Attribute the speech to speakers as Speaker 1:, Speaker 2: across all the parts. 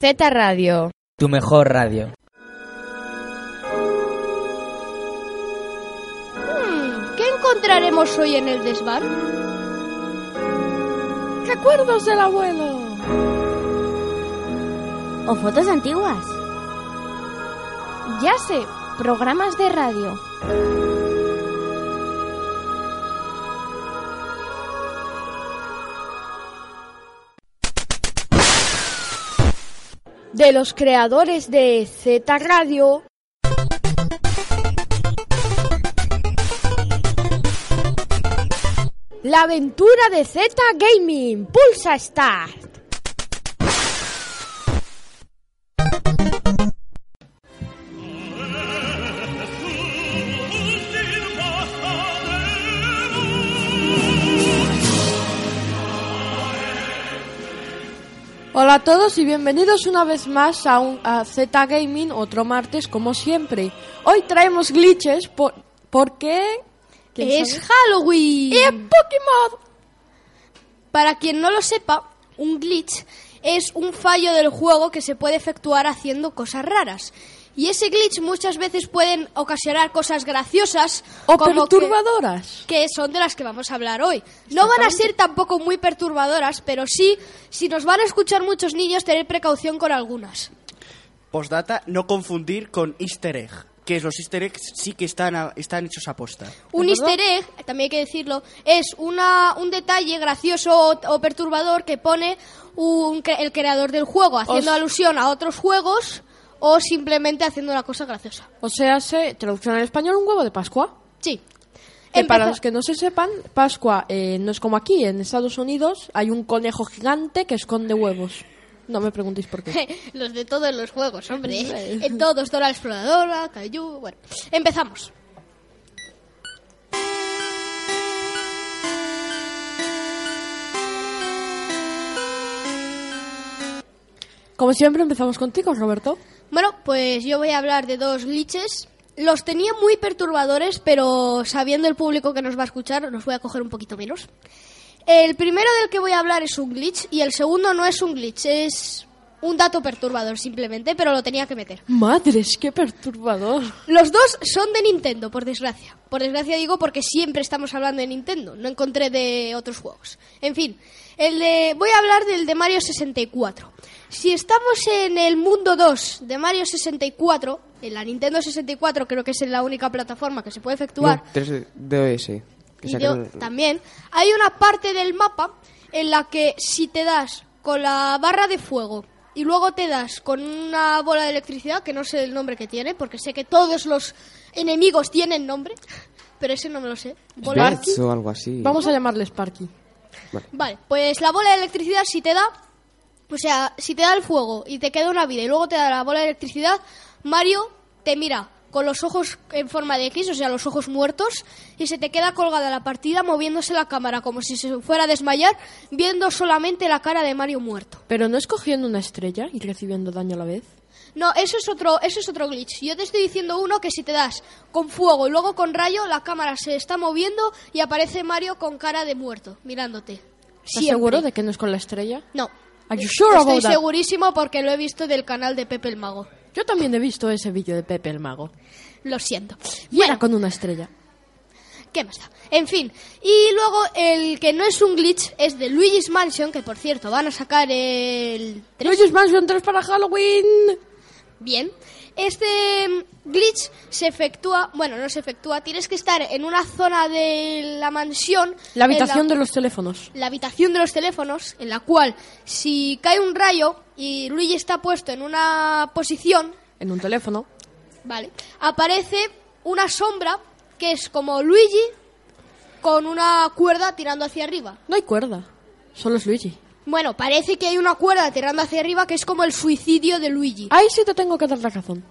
Speaker 1: Z Radio.
Speaker 2: Tu mejor radio.
Speaker 1: Hmm, ¿Qué encontraremos hoy en el desván?
Speaker 3: Recuerdos del abuelo.
Speaker 4: O fotos antiguas.
Speaker 1: Ya sé, programas de radio.
Speaker 3: De los creadores de Z Radio. La aventura de Z Gaming. Pulsa Start. Hola a todos y bienvenidos una vez más a, un, a Z Gaming, otro martes como siempre. Hoy traemos glitches por, porque... ¿quién
Speaker 1: Es
Speaker 3: sabe?
Speaker 1: Halloween.
Speaker 3: ¡Y es Pokémon!
Speaker 1: Para quien no lo sepa, un glitch es un fallo del juego que se puede efectuar haciendo cosas raras. Y ese glitch muchas veces pueden ocasionar cosas graciosas
Speaker 3: O
Speaker 1: como que-
Speaker 3: perturbadoras.
Speaker 1: que son de las que vamos a hablar hoy. No van a ser tampoco muy perturbadoras, pero sí, si nos van a escuchar muchos niños, tener precaución con algunas.
Speaker 5: Postdata, no confundir con easter egg, que es los easter eggs sí que están, a- están hechos a posta.
Speaker 1: Un
Speaker 3: ¿De acuerdo?
Speaker 1: easter egg, también hay que decirlo, es una, un detalle gracioso o, o perturbador que pone un cre- el creador del juego, haciendo
Speaker 3: Os-
Speaker 1: alusión a otros juegos o simplemente haciendo una cosa graciosa.
Speaker 3: O sea, se traducción al español un huevo de Pascua.
Speaker 1: Sí.
Speaker 3: Que para
Speaker 1: Empeza-
Speaker 3: los que no se sepan, Pascua eh, no es como aquí, en Estados Unidos hay un conejo gigante que esconde huevos. No me preguntéis por qué.
Speaker 1: Los de todos los juegos, hombre. En todos, Dora la Exploradora, Caillou, bueno. Empezamos.
Speaker 3: Como siempre empezamos contigo, Roberto.
Speaker 1: Bueno, pues yo voy a hablar de dos glitches. Los tenía muy perturbadores, pero sabiendo el público que nos va a escuchar, los voy a coger un poquito menos. El primero del que voy a hablar es un glitch y el segundo no es un glitch, es un dato perturbador simplemente, pero lo tenía que meter.
Speaker 3: Madres, qué perturbador.
Speaker 1: Los dos son de Nintendo, por desgracia. Por desgracia digo porque siempre estamos hablando de Nintendo, no encontré de otros juegos. En fin, el de, voy a hablar del de Mario 64. Si estamos en el mundo 2 de Mario 64, en la Nintendo 64 creo que es la única plataforma que se puede efectuar,
Speaker 6: No, 3DS. que
Speaker 1: y
Speaker 6: sacaron-
Speaker 1: yo también. Hay una parte del mapa en la que si te das con la barra de fuego y luego te das con una bola de electricidad, que no sé el nombre que tiene, porque sé que todos los enemigos tienen nombre, pero ese no me lo sé. Bola-
Speaker 3: Sparky.
Speaker 6: Birds o algo así.
Speaker 3: Vamos a llamarle Sparky.
Speaker 1: Vale, pues la bola de electricidad si te da, o sea, si te da el fuego y te queda una vida y luego te da la bola de electricidad, Mario te mira con los ojos en forma de X, o sea, los ojos muertos, y se te queda colgada la partida moviéndose la cámara como si se fuera a desmayar, viendo solamente la cara de Mario muerto.
Speaker 3: Pero no es cogiendo una estrella y recibiendo daño a la vez.
Speaker 1: No, eso es otro, eso es otro glitch. Yo te estoy diciendo uno que si te das con fuego y luego con rayo, la cámara se está moviendo y aparece Mario con cara de muerto, mirándote.
Speaker 3: ¿Estás
Speaker 1: Siempre.
Speaker 3: seguro de que no es con la estrella?
Speaker 1: No.
Speaker 3: Are you sure
Speaker 1: Estoy
Speaker 3: about that?
Speaker 1: segurísimo porque lo he visto del canal de Pepe el Mago.
Speaker 3: Yo también he visto ese vídeo de Pepe el Mago.
Speaker 1: Lo siento.
Speaker 3: Y era con una estrella.
Speaker 1: ¿Qué más da? En fin, y luego el que no es un glitch es de Luigi's Mansion, que por cierto van a sacar el
Speaker 3: Luigi's Mansion 3 para Halloween.
Speaker 1: Bien. Este mm, glitch se efectúa, bueno, no se efectúa, tienes que estar en una zona de la mansión.
Speaker 3: La habitación
Speaker 1: en
Speaker 3: de los teléfonos.
Speaker 1: la habitación de los teléfonos, en la cual si cae un rayo y Luigi está puesto en una posición,
Speaker 3: En un teléfono.
Speaker 1: Vale. Aparece una sombra que es como Luigi con una cuerda tirando hacia arriba.
Speaker 3: No hay cuerda. Solo es Luigi.
Speaker 1: Bueno, parece que hay una cuerda tirando hacia arriba que es como el suicidio de Luigi.
Speaker 3: Ahí sí te tengo que dar la razón.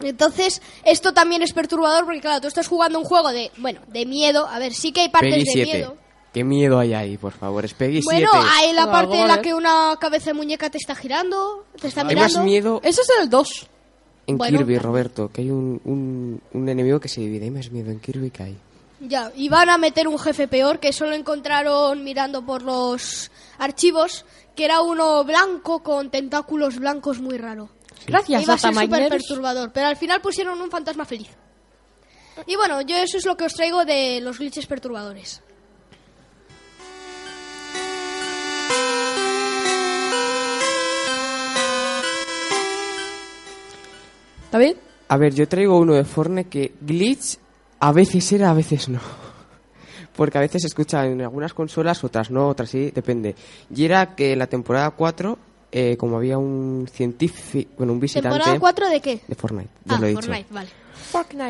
Speaker 1: Entonces, esto también es perturbador porque, claro, tú estás jugando un juego de, bueno, de miedo. A ver, sí que hay partes
Speaker 6: Peggy
Speaker 1: de
Speaker 6: 7.
Speaker 1: miedo.
Speaker 6: Qué miedo hay ahí, por favor. Es Peggy
Speaker 1: Bueno,
Speaker 6: 7.
Speaker 1: hay la
Speaker 3: Algo,
Speaker 1: parte en la
Speaker 3: vale.
Speaker 1: que una cabeza de muñeca te está girando, te está
Speaker 6: Hay
Speaker 1: mirando.
Speaker 6: más miedo
Speaker 3: Ese es el 2.
Speaker 6: en
Speaker 1: Bueno.
Speaker 6: Kirby, Roberto. Que hay un, un, un enemigo que se divide. Hay más miedo en Kirby que hay.
Speaker 1: Ya, y van a meter un jefe peor que solo encontraron mirando por los archivos, que era uno blanco con tentáculos blancos muy raro.
Speaker 3: Gracias,
Speaker 1: Iba a ser súper
Speaker 3: Atamañeros.
Speaker 1: perturbador, pero al final pusieron un fantasma feliz. Y bueno, yo eso es lo que os traigo de los glitches perturbadores.
Speaker 3: ¿David?
Speaker 6: A ver, yo traigo uno de Forne que glitch a veces era, a veces no. Porque a veces se escucha en algunas consolas, otras no, otras sí, depende. Y era que en la temporada 4, eh, como había un científico, bueno, un visitante
Speaker 1: ¿Temporada 4 de qué?
Speaker 6: de Fortnite, ya
Speaker 1: Ah,
Speaker 6: lo he dicho.
Speaker 1: Fortnite, vale.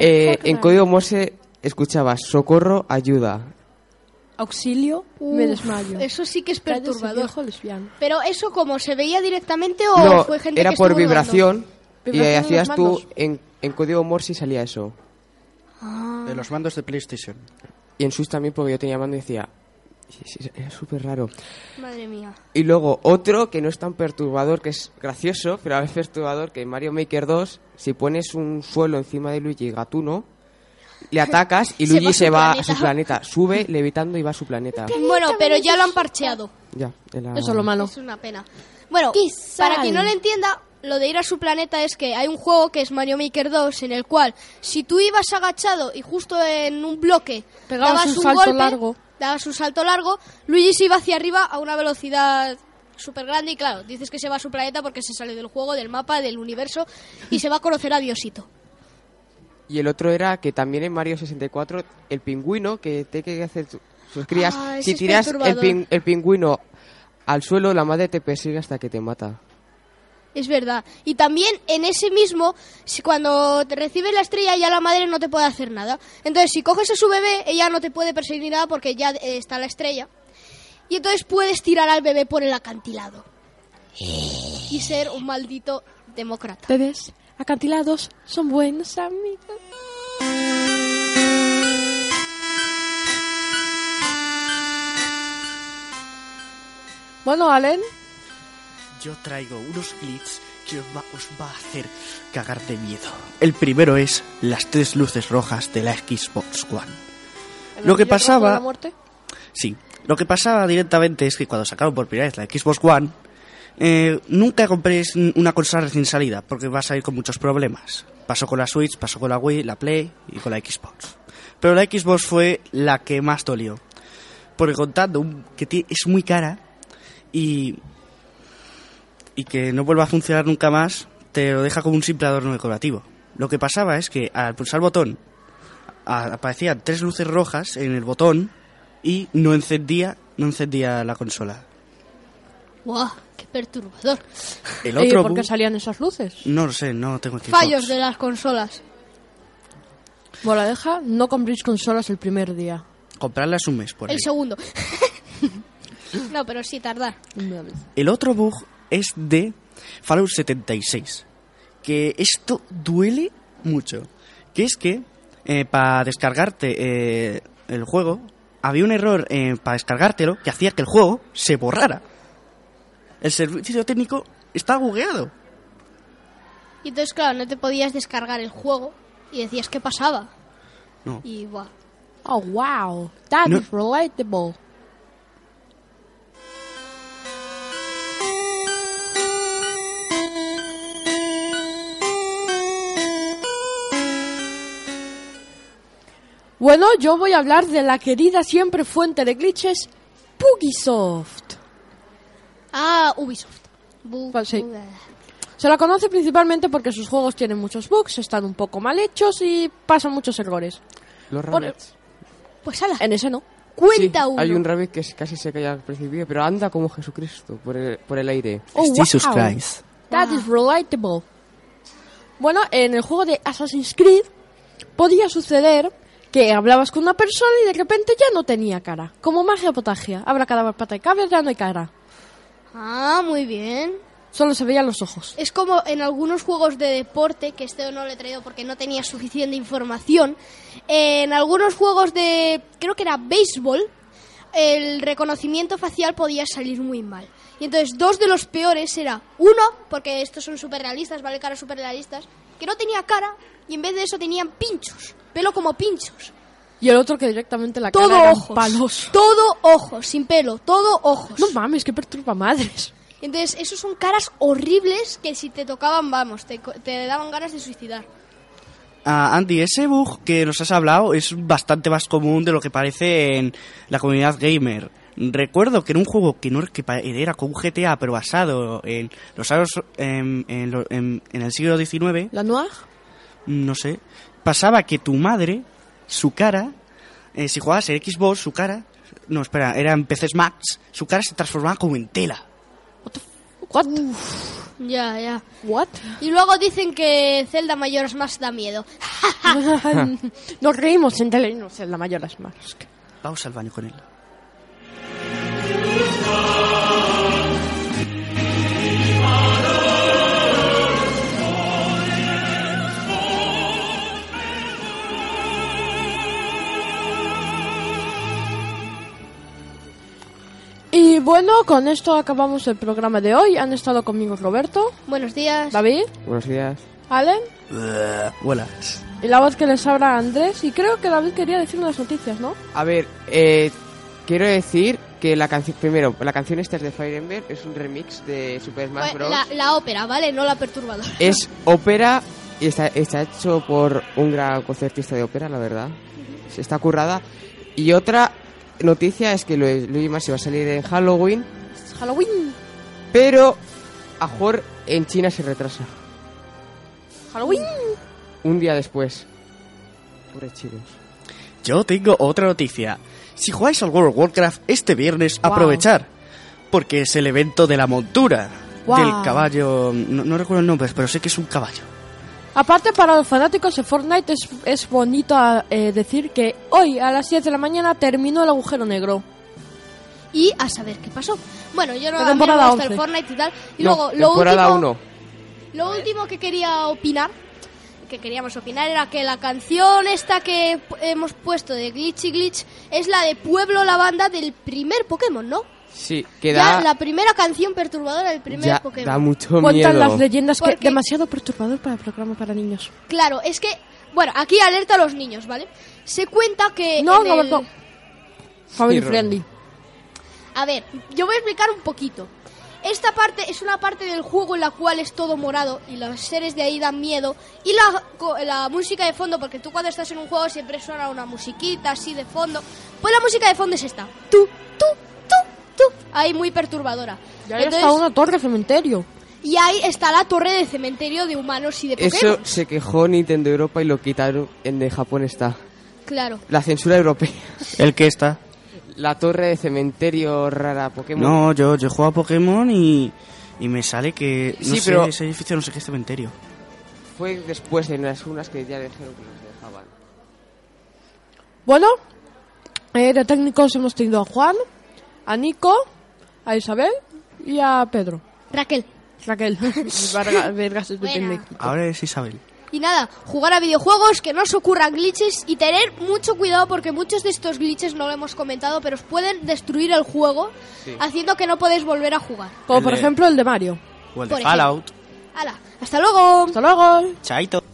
Speaker 6: Eh, en código Morse escuchabas socorro, ayuda.
Speaker 3: Auxilio, me desmayo.
Speaker 1: Eso sí que es
Speaker 3: Cállese,
Speaker 1: perturbador.
Speaker 3: viejo lesbiano.
Speaker 1: Pero eso como se veía directamente o
Speaker 6: no,
Speaker 1: Oh, fue gente
Speaker 6: era
Speaker 1: que
Speaker 6: por
Speaker 1: estuvo dudando?
Speaker 6: vibración, y
Speaker 3: Vibración
Speaker 6: eh,
Speaker 3: en los
Speaker 6: hacías tú
Speaker 3: mandos.
Speaker 6: en, en código Morse y salía eso.
Speaker 5: De los mandos de PlayStation.
Speaker 6: Y en sus también porque yo tenía mando y decía, "Sí, sí, era súper raro.
Speaker 1: Madre mía.
Speaker 6: Y luego otro que no es tan perturbador, que es gracioso, pero a veces perturbador, que en Mario Maker 2, si pones un suelo encima de Luigi Gatuno, le atacas y
Speaker 1: Se va
Speaker 6: Luigi
Speaker 1: a su
Speaker 6: se va, a
Speaker 1: planeta.
Speaker 6: su planeta. Sube levitando y va a su planeta.
Speaker 1: Bueno, pero ya lo han parcheado.
Speaker 6: Ya, en la-
Speaker 3: Eso es lo malo.
Speaker 1: Es una pena. Bueno,
Speaker 3: ¿Qué sal?
Speaker 1: para quien no lo entienda, lo de ir a su planeta es que hay un juego que es Mario Maker 2 en el cual si tú ibas agachado y justo en un bloque
Speaker 3: Pegabas
Speaker 1: dabas
Speaker 3: un salto
Speaker 1: golpe,
Speaker 3: largo.
Speaker 1: dabas un salto largo, Luigi se iba hacia arriba a una velocidad súper grande y claro, dices que se va a su planeta porque se sale del juego, del mapa, del universo y se va a conocer a Diosito.
Speaker 6: Y el otro era que también en Mario 64, el pingüino que te que hacer su- sus crías,
Speaker 1: Ah, ese
Speaker 6: si
Speaker 1: es
Speaker 6: tiras el,
Speaker 1: perturbador.
Speaker 6: pin- el pingüino al suelo, la madre te persigue hasta que te mata.
Speaker 1: Es verdad. Y también en ese mismo, si cuando te recibes la estrella ya la madre no te puede hacer nada. Entonces, si coges a su bebé, ella no te puede perseguir ni nada porque ya eh, está la estrella. Y entonces puedes tirar al bebé por el acantilado. Y ser un maldito demócrata.
Speaker 3: Ustedes, acantilados, son buenos amigos. Bueno, Allen,
Speaker 5: Yo traigo unos glitches que os va, os va a hacer cagar de miedo. El primero es las tres luces rojas de la Xbox One. Lo que pasaba- Sí, lo que pasaba directamente es que cuando sacaron por primera vez la Xbox One, eh, nunca compréis una consola recién salida porque va a salir con muchos problemas. Pasó con la Switch, pasó con la Wii, la Play y con la Xbox. Pero la Xbox fue la que más dolió. Porque contando un- que ti- es muy cara y, y que no vuelva a funcionar nunca más, te lo deja como un simple adorno decorativo. Lo que pasaba es que al pulsar el botón a- aparecían tres luces rojas en el botón y no encendía, no encendía la consola.
Speaker 1: ¡Guau! ¡Qué perturbador!
Speaker 5: El
Speaker 3: ¿Y
Speaker 5: otro
Speaker 3: eh, por qué
Speaker 5: bug-
Speaker 3: salían esas luces?
Speaker 5: no lo sé, no tengo Xbox.
Speaker 1: Fallos de las consolas.
Speaker 3: Bueno, deja, no compréis consolas el primer día.
Speaker 5: Comprarlas un mes por ahí.
Speaker 1: El segundo. no, pero sí, tardar.
Speaker 5: El otro bug es de Fallout 76. Que esto duele mucho. Que es que eh, para descargarte eh, el juego había un error eh, para descargártelo que hacía que el juego se borrara. El servicio técnico está bugueado.
Speaker 1: Y entonces, claro, no te podías descargar el juego y decías qué pasaba.
Speaker 5: No.
Speaker 1: Y guau.
Speaker 3: Oh, wow, that
Speaker 5: No.
Speaker 3: is relatable. Bueno, yo voy a hablar de la querida siempre fuente de glitches, Pugisoft.
Speaker 1: Ah, Ubisoft. Bu-
Speaker 3: Pues sí.
Speaker 1: bu-
Speaker 3: Se la conoce principalmente porque sus juegos tienen muchos bugs, están un poco mal hechos y pasan muchos errores.
Speaker 6: Los
Speaker 3: Por-
Speaker 6: rabbits.
Speaker 1: Pues ala,
Speaker 3: En ese no.
Speaker 1: cuenta
Speaker 6: Eh, Sí,
Speaker 1: uno.
Speaker 6: hay un rabbit que es- casi se cae al principio, pero anda como Jesucristo por el, por el aire.
Speaker 3: Oh,
Speaker 5: Jesus
Speaker 3: wow.
Speaker 5: Christ.
Speaker 3: That is relatable. Bueno, en el juego de Assassin's Creed podía suceder que hablabas con una persona y de repente ya no tenía cara. Como magia potagia. Habrá cada pata y cabra, ya no hay cara.
Speaker 1: Ah, muy bien.
Speaker 3: Solo se veían los ojos.
Speaker 1: Es como en algunos juegos de deporte, que este no lo he traído porque no tenía suficiente información. En algunos juegos de, creo que era béisbol, el reconocimiento facial podía salir muy mal. Y entonces dos de los peores era uno, porque estos son súper realistas, vale caras súper realistas, que no tenía cara y en vez de eso tenían pinchos, pelo como pinchos.
Speaker 3: Y el otro que directamente la cara
Speaker 1: Todo
Speaker 3: eran
Speaker 1: ojos.
Speaker 3: palos.
Speaker 1: Todo ojos, sin pelo, todo ojos.
Speaker 3: No mames, que perturba madres.
Speaker 1: Entonces, esos son caras horribles que si te tocaban, vamos, te, co- te daban ganas de suicidar.
Speaker 5: Ah, Andy, ese bug que nos has hablado es bastante más común de lo que parece en la comunidad gamer. Recuerdo que era un juego que no era- que pa- era como un GTA, pero basado en los años en, en lo- en- en el siglo XIX,
Speaker 3: La Noir.
Speaker 5: no sé, pasaba que tu madre, su cara, eh, si jugabas en Xbox, su cara, no, espera, era en PCs Max, su cara se transformaba como en tela.
Speaker 3: What?
Speaker 1: Ya, ya.
Speaker 3: What?
Speaker 1: Y luego dicen que Zelda Mayoras más da miedo.
Speaker 3: Nos reímos en Telenor, en la mayor es más.
Speaker 5: Vamos al baño con él.
Speaker 3: Y bueno, con esto acabamos el programa de hoy. Han estado conmigo Roberto,
Speaker 1: Buenos días.
Speaker 3: David,
Speaker 6: Buenos días.
Speaker 3: Allen
Speaker 5: Hola.
Speaker 3: y la voz que les habla Andrés. Y creo que David quería decir unas noticias, ¿no?
Speaker 6: A ver, eh, quiero decir que la canción. Primero, la canción esta es de Fire Emblem, es un remix de Super Smash
Speaker 1: Bueno,
Speaker 6: Bros.
Speaker 1: Pues, la, la ópera, ¿vale? No la perturbadora.
Speaker 6: Es ópera y está, está hecho por un gran concertista de ópera, la verdad. Se Está currada. Y otra noticia es que Lu- Luigi Masi va a salir en Halloween,
Speaker 3: Es Halloween.
Speaker 6: pero a Jor en China se retrasa.
Speaker 3: Halloween.
Speaker 6: Un día después. Pobres chinos.
Speaker 5: Yo tengo otra noticia. Si jugáis al World of Warcraft este viernes,
Speaker 3: Wow.
Speaker 5: aprovechar. Porque es el evento de la montura.
Speaker 3: Wow.
Speaker 5: Del caballo. No, no recuerdo el nombre, pero sé que es un caballo.
Speaker 3: Aparte, para los fanáticos de Fortnite es, es bonito eh, decir que hoy a las 10 de la mañana terminó el agujero negro.
Speaker 1: Y a saber qué pasó. Bueno, yo no,
Speaker 3: La
Speaker 1: a mí no me
Speaker 3: temporada
Speaker 1: gusta el
Speaker 3: 11.
Speaker 1: Fortnite y tal. Y
Speaker 6: No,
Speaker 1: luego, lo
Speaker 6: temporada
Speaker 1: último,
Speaker 6: uno.
Speaker 1: Lo último que quería opinar, que queríamos opinar, era que la canción esta que p- hemos puesto de Glitchy Glitch es la de Pueblo la banda del primer Pokémon, ¿no?
Speaker 6: Sí, que
Speaker 1: ya
Speaker 6: da,
Speaker 1: la primera canción perturbadora del primer
Speaker 6: ya
Speaker 1: Pokémon.
Speaker 6: da mucho
Speaker 3: Cuentan
Speaker 6: miedo.
Speaker 3: las leyendas que
Speaker 1: Porque-
Speaker 3: demasiado perturbador para programa para niños.
Speaker 1: Claro, es que, bueno, aquí alerta a los niños, ¿vale? Se cuenta que...
Speaker 3: No,
Speaker 1: Eh, en
Speaker 3: no,
Speaker 1: el-
Speaker 3: no. Family
Speaker 6: Ron.
Speaker 3: friendly.
Speaker 1: A ver, yo voy a explicar un poquito. Esta parte es una parte del juego en la cual es todo morado y los seres de ahí dan miedo. Y la, co- la música de fondo, porque tú cuando estás en un juego siempre suena una musiquita así de fondo. Pues la música de fondo es esta. Tú, tú, tú, tú. Ahí muy perturbadora.
Speaker 3: Y ahí
Speaker 1: Entonces-
Speaker 3: está una torre cementerio.
Speaker 1: y ahí está la torre de cementerio de humanos y de
Speaker 6: Eso
Speaker 1: Pokémon.
Speaker 6: se quejó Nintendo Europa y lo quitaron. En de Japón está.
Speaker 1: Claro.
Speaker 6: La censura europea.
Speaker 5: ¿El que está?
Speaker 6: La torre de cementerio rara Pokémon.
Speaker 5: No, yo, yo juego a Pokémon y. Y me sale que. No
Speaker 6: Sí,
Speaker 5: sé,
Speaker 6: pero-
Speaker 5: ese edificio no sé qué cementerio.
Speaker 6: Fue después en las unas que ya dijeron que nos dejaban.
Speaker 3: Bueno, eh, de técnicos hemos tenido a Juan, a Nico, a Isabel y a Pedro.
Speaker 1: Raquel.
Speaker 3: Raquel. Vargas- Vergas es mi
Speaker 1: Buena.
Speaker 3: técnico.
Speaker 5: Ahora es Isabel.
Speaker 1: Y nada, jugar a videojuegos, que no os ocurran glitches y tener mucho cuidado porque muchos de estos glitches no lo hemos comentado, pero os pueden destruir el juego haciendo que no podéis volver a jugar.
Speaker 3: Como
Speaker 5: El
Speaker 3: por
Speaker 5: de-
Speaker 3: ejemplo el de Mario.
Speaker 5: O el
Speaker 1: Por
Speaker 5: de
Speaker 1: ejemplo.
Speaker 5: Fallout.
Speaker 1: ¡Hala! ¡Hasta luego!
Speaker 3: Hasta luego.
Speaker 5: Chaito.